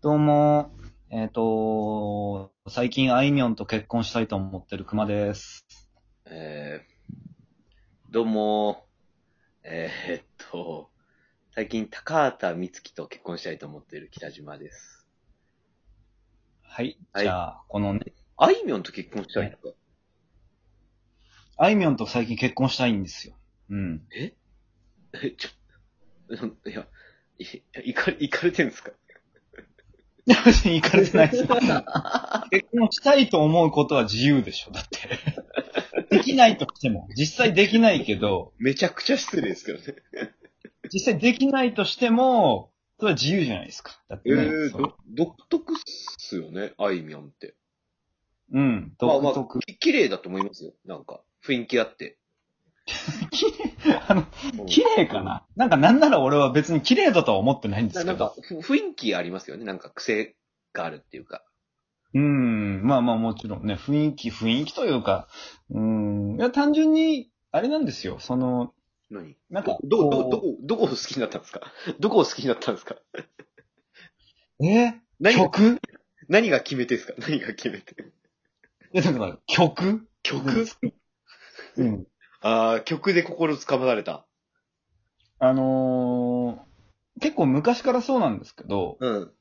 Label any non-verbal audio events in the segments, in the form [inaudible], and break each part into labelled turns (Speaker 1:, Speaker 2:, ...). Speaker 1: どうも、えっ、と、最近あいみょんと結婚したいと思ってる熊です。
Speaker 2: えー、どうも、えーえっと、最近高畑充希と結婚したいと思っている北島です。
Speaker 1: はい。
Speaker 2: はい
Speaker 1: じゃあ、このね、
Speaker 2: あいみょんと結婚したいのか
Speaker 1: あいみょんと最近結婚したいんですよ。
Speaker 2: [laughs]
Speaker 1: うん。
Speaker 2: え、ちょ、いや、いいか、いかれてんですか
Speaker 1: いや、別に行かれてないですよ。結婚したいと思うことは自由でしょ、だって。
Speaker 2: [laughs]
Speaker 1: できないとしても、実際できないけど、
Speaker 2: [laughs] めちゃくちゃ失礼ですけどね。
Speaker 1: 実際できないとしても、それは自由じゃないですか。だって
Speaker 2: え
Speaker 1: ね。
Speaker 2: ー、
Speaker 1: そう
Speaker 2: ど、独特っすよね、あいみょんって。
Speaker 1: うん、
Speaker 2: まあ
Speaker 1: 独特。
Speaker 2: まあ、き綺麗だと思いますよ、なんか。雰囲気あって。
Speaker 1: あの、
Speaker 2: うん
Speaker 1: 綺麗かななんかなんなら俺は別に綺麗だとは思ってないんです
Speaker 2: な
Speaker 1: け
Speaker 2: な
Speaker 1: ど。
Speaker 2: んか、ふ雰囲気ありますよね、なんか癖があるっていうか。
Speaker 1: うん、まあまあもちろんね、雰囲気、雰囲気というか、うん、いや単純に、あれなんですよ、その、
Speaker 2: 何
Speaker 1: なんか、
Speaker 2: ど、ど、
Speaker 1: こう
Speaker 2: どこ、どこを好きになったんですか [laughs] どこを好きになったんですか
Speaker 1: え
Speaker 2: 何が、
Speaker 1: 曲
Speaker 2: 何が決め手ですか [laughs] 何が決め手
Speaker 1: いや、だから、曲
Speaker 2: 曲
Speaker 1: うん。
Speaker 2: ああ、曲で心つかまれた。
Speaker 1: あのー結構昔からそうなんですけど、
Speaker 2: うん。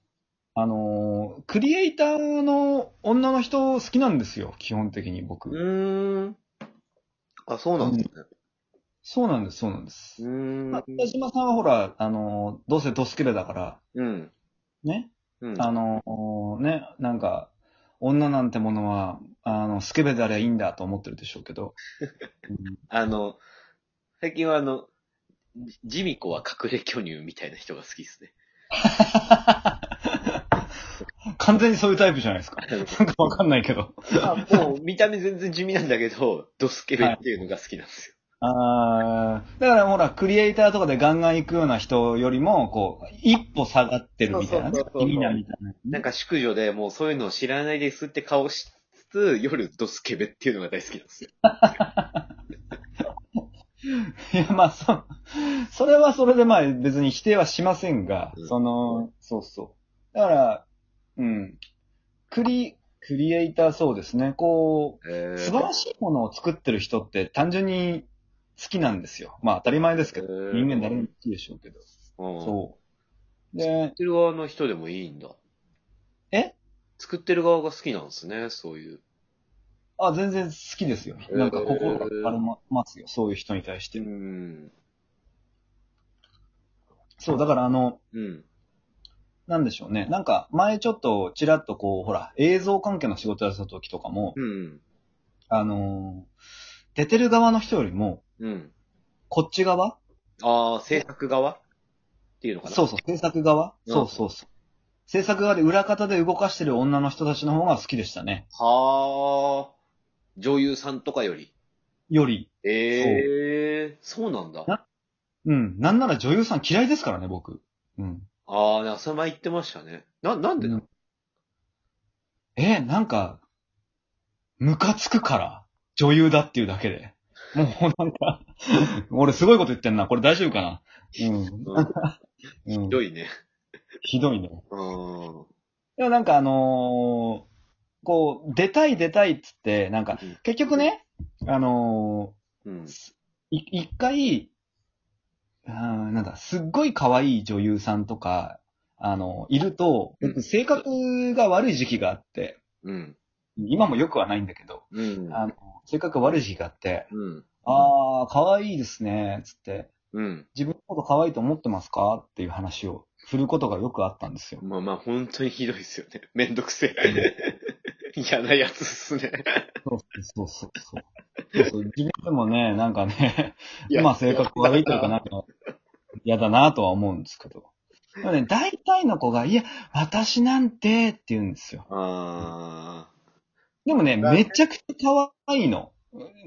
Speaker 1: あのークリエイターの女の人好きなんですよ、基本的に僕。
Speaker 2: うーん。あ、そうなんですね。
Speaker 1: そうなんです、そうなんです。
Speaker 2: うーん。
Speaker 1: まあ北島さんはほら、あのーどうせドスケベだから、
Speaker 2: うん。
Speaker 1: ね、
Speaker 2: うん。
Speaker 1: あのね、なんか、女なんてものは、あの、スケベでありゃいいんだと思ってるでしょうけど。うん
Speaker 2: あの、最近はあの、ジジミコは隠れ巨乳みたいな人が好きですね。
Speaker 1: 完全にそういうタイプじゃない
Speaker 2: [laughs]
Speaker 1: ですか。なんかわかんないけど。
Speaker 2: あもう見た目全然地味なんだけど、ドスケベっていうのが好きなんですよ。
Speaker 1: あーだからほら、クリエイターとかでガンガン行くような人よりも、こう、一歩下がってるみたいなね
Speaker 2: そうそうそう。そう
Speaker 1: 気になるみたいなね。
Speaker 2: なんか宿女でもうそういうのを知らないですって顔しつつ、夜ドスケベっていうのが大好きなんですよ。
Speaker 1: いや、まあ、そう、それはそれでまあ別に否定はしませんが、
Speaker 2: うん
Speaker 1: その、そうそう。だから、うん。クリ、クリエイターそうですね。こう、
Speaker 2: え
Speaker 1: 素晴らしいものを作ってる人って単純に好きなんですよ。まあ当たり前ですけど、
Speaker 2: へー
Speaker 1: 人間誰も好きでしょうけど。
Speaker 2: うん
Speaker 1: そう。で、
Speaker 2: 作ってる側の人でもいいんだ。
Speaker 1: え
Speaker 2: 作ってる側が好きなんですね、そういう。
Speaker 1: あ、全然好きですよ。
Speaker 2: へー
Speaker 1: なんか心があれますよ。そういう人に対して。
Speaker 2: ん。
Speaker 1: そう、だからあの、
Speaker 2: うん。
Speaker 1: なんでしょうね。なんか前ちょっとちらっとこう、ほら、映像関係の仕事やってた時とかも、
Speaker 2: うん。
Speaker 1: あのー出てる側の人よりも、
Speaker 2: うん。
Speaker 1: こっち側
Speaker 2: ああ、制作側っていうのかな
Speaker 1: そうそう、制作側、
Speaker 2: うん
Speaker 1: そうそうそう。制作側で裏方で動かしてる女の人たちの方が好きでしたね。
Speaker 2: はあ。女優さんとかより。
Speaker 1: より。
Speaker 2: ええー、そうなんだ。
Speaker 1: なうん。なんなら女優さん嫌いですからね、僕。うん。
Speaker 2: ああ、なんかそれ前言ってましたね。な、なんでなの、
Speaker 1: え、なんか、ムカつくから、女優だっていうだけで。もうなんか、 [laughs] 俺すごいこと言ってんな。これ大丈夫かなうん。う
Speaker 2: ひ
Speaker 1: ん、
Speaker 2: どいね。
Speaker 1: ひどいね。
Speaker 2: うん。
Speaker 1: でもなんかあのーこう、出たい出たいっつって、なんか、結局ね、あの
Speaker 2: うん。
Speaker 1: ーい一回、うん、なんだ、すっごい可愛い女優さんとか、あのいると、僕性格が悪い時期があって、
Speaker 2: うん。
Speaker 1: 今もよくはないんだけど、
Speaker 2: うん。
Speaker 1: あの、性格悪い時期があって、
Speaker 2: うん。
Speaker 1: あー、可愛いですね、つって、
Speaker 2: うん。
Speaker 1: 自分のこと可愛いと思ってますかっていう話を振ることがよくあったんですよ。
Speaker 2: まあまあ、本当にひどいですよね。 [laughs] めんどくせえ。嫌なやつっすね。
Speaker 1: そうそうそうそう。そうそう自分でもね、なんかね、
Speaker 2: いや
Speaker 1: まあ性格悪いというかなんか、嫌だなとは思うんですけど。でもね、大体の子が、いや、私なんて、って言うんですよ。
Speaker 2: あ
Speaker 1: でもね、めちゃくちゃ可愛いの。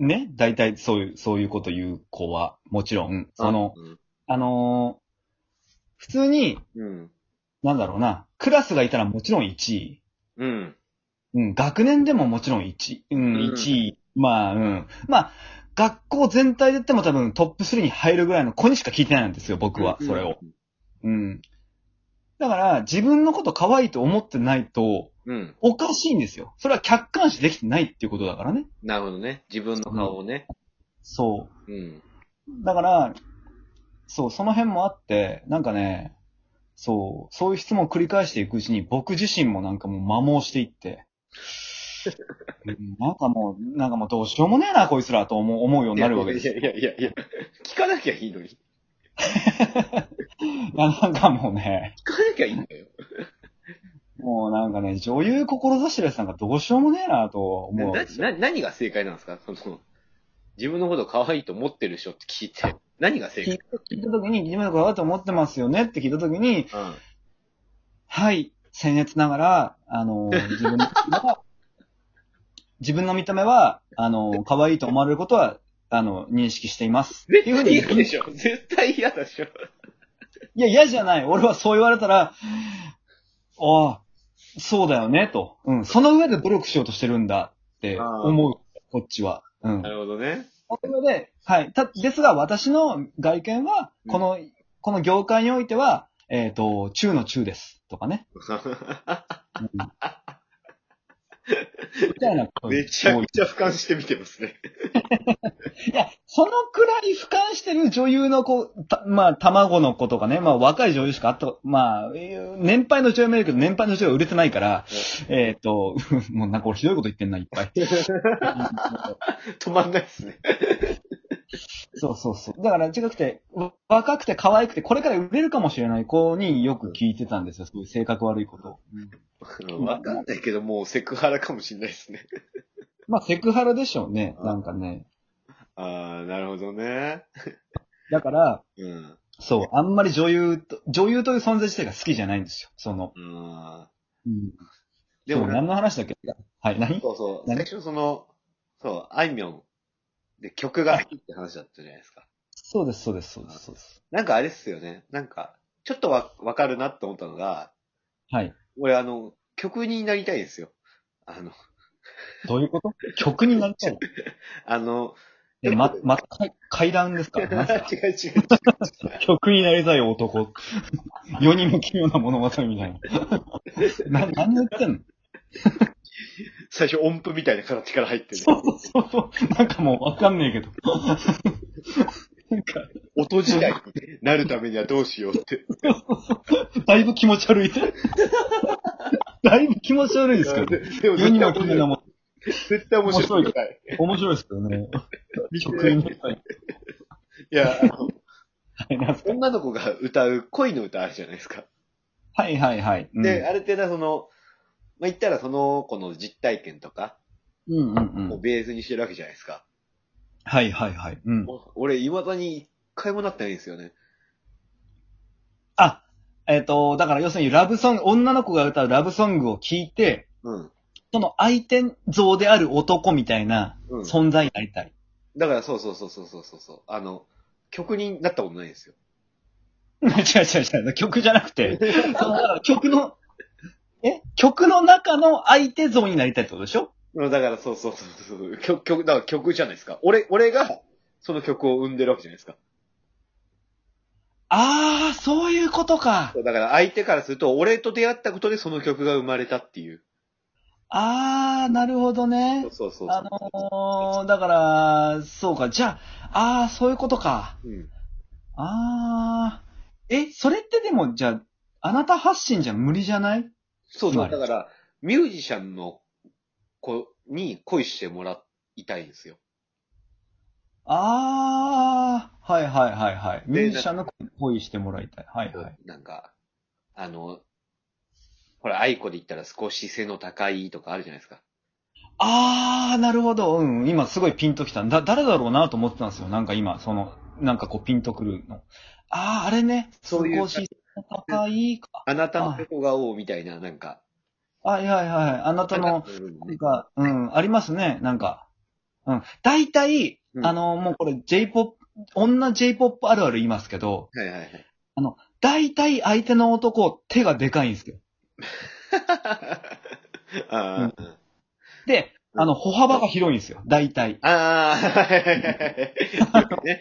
Speaker 1: ね、大体そういう、そういうこと言う子は、もちろん、
Speaker 2: あ。
Speaker 1: その、、あのー普通に、
Speaker 2: うん。
Speaker 1: なんだろうな、クラスがいたらもちろん1位。
Speaker 2: うん。
Speaker 1: うん、学年でももちろん1位。うん、
Speaker 2: うん
Speaker 1: 1位。まあ、うん。まあ、学校全体で言っても多分トップ3に入るぐらいの子にしか聞いてないんですよ、僕は、それを。。うん。だから、自分のこと可愛いと思ってないと、
Speaker 2: うん。
Speaker 1: おかしいんですよ。それは客観視できてないっていうことだからね。
Speaker 2: なるほどね。自分の顔をね。
Speaker 1: そ
Speaker 2: うん。
Speaker 1: う。だから、そう、その辺もあって、なんかね、そう、そういう質問を繰り返していくうちに、僕自身もなんかもう摩耗していって、うんなんかもう、なんかもうどうしようもねえな、こいつらと思う思うようになるわけです
Speaker 2: いやいやいやいや、聞かなきゃいいのに。聞
Speaker 1: いや、なんかもうね、
Speaker 2: かなきゃいいのよ。
Speaker 1: もうなんかね、女優志してるやつなんかどうしようもねえなと思うわけ
Speaker 2: な
Speaker 1: ですよ。
Speaker 2: な何が正解なんですかその、自分のこと可愛いと思ってる人って聞いて、何が正解
Speaker 1: 聞いたときに、今の子だと思ってますよねって聞いたときに、
Speaker 2: うん。
Speaker 1: はい、僭越ながら、あ
Speaker 2: [laughs]
Speaker 1: の、自分の見た目は、自分の見た目は、あの、可愛いと思われることは、あの、認識しています。
Speaker 2: 絶
Speaker 1: いうふう
Speaker 2: 対
Speaker 1: に
Speaker 2: 嫌でしょ。絶対嫌でしょ。
Speaker 1: いや、嫌じゃない。俺はそう言われたら、ああ、そうだよね、と。うん。その上で努力しようとしてるんだって思う、こっちは。うん。
Speaker 2: なるほ
Speaker 1: [laughs]
Speaker 2: どね。 [laughs]
Speaker 1: それで、はい。た、ですが、私の外見は、この、この業界においては、えっ、と、中の中です。とかね。みたいなこと
Speaker 2: めちゃくちゃ俯瞰して見てますね。
Speaker 1: いや、そのくらい俯瞰してる女優の子、たまあ、卵の子とかね、まあ、若い女優しかあった、まあ、えー年配の女優もいるけど、年配の女優は売れてないから、えっ、と、 [laughs] もうなんか俺ひどいこと言ってんな、いっぱ
Speaker 2: [laughs]
Speaker 1: い。
Speaker 2: 止まんないですね。
Speaker 1: そうそうそう。だから違くて、わ若くて可愛くて、これから売れるかもしれない子によく聞いてたんですよ。そういう性格悪いことを。
Speaker 2: わかんないけど、もうセクハラかもしれないですね。 [laughs]
Speaker 1: まあ、セクハラでしょうね。なんかね。
Speaker 2: ああ、なるほどね。
Speaker 1: だから、
Speaker 2: うん。
Speaker 1: そう、あんまり女優と、女優という存在自体が好きじゃないんですよ。その、
Speaker 2: あ
Speaker 1: うん、
Speaker 2: ーで
Speaker 1: でも
Speaker 2: もなん
Speaker 1: 何の話だっけはい、何
Speaker 2: そうそう。最
Speaker 1: 何
Speaker 2: 初その、そう、あいみょん。で、曲が好きって話だったじゃないですか。
Speaker 1: そうです、そうです、そうです、そうです。
Speaker 2: なんかあれっすよね。なんか、ちょっとわ、わかるなって思ったのが、
Speaker 1: はい。
Speaker 2: 俺あの、曲になりたいんですよ。あの、
Speaker 1: どういう [laughs] こと曲になりたい。
Speaker 2: あの、
Speaker 1: え、 [laughs] ま、ま、階階段ですか
Speaker 2: [laughs] 違う
Speaker 1: なんすか
Speaker 2: 違う違う。
Speaker 1: 曲になりたい男。 [laughs] 世にも奇妙な物語みたいな。な、 [laughs] 何言ってんの
Speaker 2: 最初音符みたいな形から入ってる。
Speaker 1: そうそうそうそう。なんかもうわかんねえけど。なんか、
Speaker 2: 音自体になるためにはどうしようって。
Speaker 1: だいぶ気持ち [laughs] 悪い。だいぶ気持ち悪いですけど。
Speaker 2: でも
Speaker 1: 世
Speaker 2: 絶
Speaker 1: に
Speaker 2: 対
Speaker 1: も
Speaker 2: 面
Speaker 1: 奇妙
Speaker 2: 白。
Speaker 1: ないもの
Speaker 2: 絶対面白い。
Speaker 1: 面面白いですけど [laughs] ね。曲になりたい。[laughs]
Speaker 2: いや、あの、
Speaker 1: はいなんすか
Speaker 2: 女の子が歌う恋の歌あるじゃないですか。
Speaker 1: はいはいはい。うん
Speaker 2: で、ある程度その、まあ、言ったらその子の実体験とか
Speaker 1: うんうんう
Speaker 2: を
Speaker 1: ん。
Speaker 2: ベースにしてるわけじゃないですか。
Speaker 1: はいはいはい。うん。
Speaker 2: もう俺、未だに一回もなってないんですよね。
Speaker 1: あ、えっ、と、だから要するにラブソング、女の子が歌うラブソングを聞いて、
Speaker 2: うん。
Speaker 1: その相手像である男みたいな
Speaker 2: うん。
Speaker 1: 存在になりたい。 [laughs]
Speaker 2: だから、そうそうそうそうそうそうそう。あの、曲になったことないんですよ。 [laughs]
Speaker 1: 違う違う違う、曲じゃなくて、そのだから曲の、え曲の中の相手像になりたいってことでしょ
Speaker 2: うんだから、そうそうそうそう。曲、曲、だから曲じゃないですか。俺、俺が、その曲を生んでるわけじゃないですか。
Speaker 1: ああ、そういうことか。
Speaker 2: そうだから、相手からすると、俺と出会ったことでその曲が生まれたっていう。
Speaker 1: ああ、なるほど
Speaker 2: そ
Speaker 1: ね
Speaker 2: う。そうそうそう。
Speaker 1: あのー、だから、そうか。じゃあ、ああー、そういうことか。
Speaker 2: うん。
Speaker 1: ああ、え、それってでも、じゃあ、あなた発信じゃ無理じゃない
Speaker 2: そう
Speaker 1: つ
Speaker 2: そ
Speaker 1: ま
Speaker 2: う。
Speaker 1: り
Speaker 2: だから、ミュージシャンの子に恋してもらいたいんですよ。
Speaker 1: ああ、はいはいはいはい。ミ
Speaker 2: で
Speaker 1: ュージシャンの子に恋してもらいたい。はいはい。
Speaker 2: なんか、あの、ほら、愛子で言ったら少し背の高いとかあるじゃないですか。
Speaker 1: ああ、なるほど。うん。今すごいピンときた。だ、誰だろうなと思ってたんですよ。なんか今、その、なんかこうピンとくるの。ああ、あれね。
Speaker 2: そういう
Speaker 1: 少し高いか。
Speaker 2: あなたの横が王みたいな、なんか。
Speaker 1: はいはいはい。あなたの、なんか、うん、ありますね。なんか。うん。大体、
Speaker 2: うん
Speaker 1: あの、もうこれ J-POP、女 J-POP あるある言いますけど、
Speaker 2: はいはい [laughs] はい。
Speaker 1: 大体相手の男、手がでかいんですよ。
Speaker 2: ああ、
Speaker 1: で、あの、歩幅が広いんですよ。大体。
Speaker 2: ああ、よくね。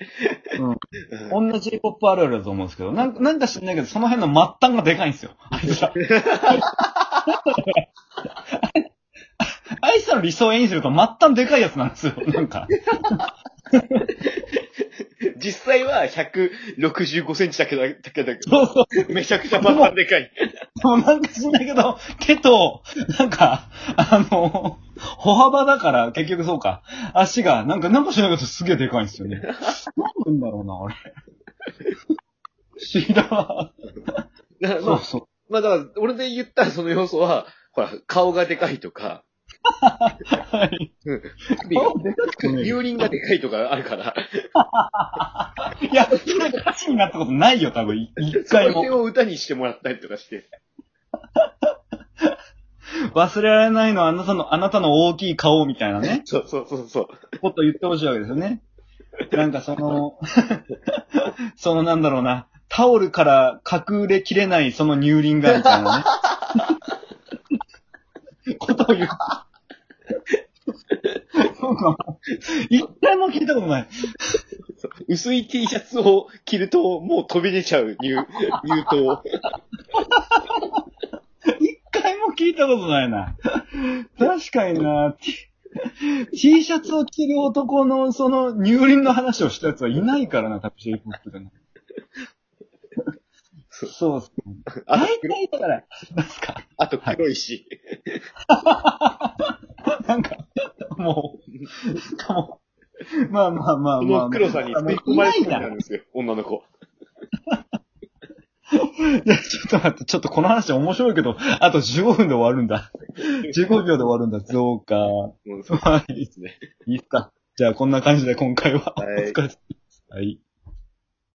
Speaker 2: うん
Speaker 1: 同じ J-POP あるあるだと思うんですけど、なんか、なんか知んないけど、その辺の末端がでかいんですよ。あいつら。あいつらの理想を演じると末端でかいやつなんですよ。なんか。
Speaker 2: 実際は165センチだけだだけだけ
Speaker 1: そうそう。
Speaker 2: ど、めちゃくちゃバカでかい。
Speaker 1: でもなんか知んないけど、けど、なんか、あの、歩幅だから、結局そうか。足が、なんか、なんか知らないけどすげえでかいんですよね。なんなんだろうな、俺。不思議だわ。
Speaker 2: だからま
Speaker 1: そ
Speaker 2: あ
Speaker 1: う、そう。
Speaker 2: まあだから、俺で言ったその要素は、ほら、顔がでかいとか、
Speaker 1: はい。
Speaker 2: うん
Speaker 1: 顔でかくねえ
Speaker 2: 乳輪がでかいとかあるから、
Speaker 1: いや、それ歌詞になったことないよ、多分、い一
Speaker 2: そ
Speaker 1: 回
Speaker 2: れ
Speaker 1: も。
Speaker 2: を歌にしてもらったりとかして。
Speaker 1: 忘れられないのはあなたの、あなたの大きい顔みたいなね、
Speaker 2: そうそうそうそう。
Speaker 1: こと言ってほしいわけですよね。なんかその、 [laughs] そのなんだろうな、タオルから隠れきれないその乳輪がみたいなね。 [laughs] ことを言う。そうか一回も聞いたことない。
Speaker 2: 薄い T シャツを着ると、もう飛び出ちゃう乳、乳頭。
Speaker 1: 一回も聞いたことないな。確かにな。T, T シャツを着る男のその乳輪の話をしたやつはいないからな、タピシェイポップでね。
Speaker 2: そう
Speaker 1: そうっすね。
Speaker 2: あ
Speaker 1: 大体だから、なんすか、
Speaker 2: あと黒いし。
Speaker 1: なんか、もう、なんかもう、まあまあまあ
Speaker 2: こ
Speaker 1: まあ、
Speaker 2: の黒さに
Speaker 1: あの
Speaker 2: 吸い込
Speaker 1: い
Speaker 2: まれ
Speaker 1: な
Speaker 2: そ
Speaker 1: い
Speaker 2: うに
Speaker 1: な
Speaker 2: な。るんですよ、女の子。
Speaker 1: いや、ちょっと待って、ちょっとこの話面白いけど、あと15分で終わるんだ。15秒で終わるんだ、そうか。
Speaker 2: うんそう
Speaker 1: はい。
Speaker 2: ですね。
Speaker 1: いいっすか。じゃあ、こんな感じで今回は。
Speaker 2: はい
Speaker 1: お疲れ様です。はい。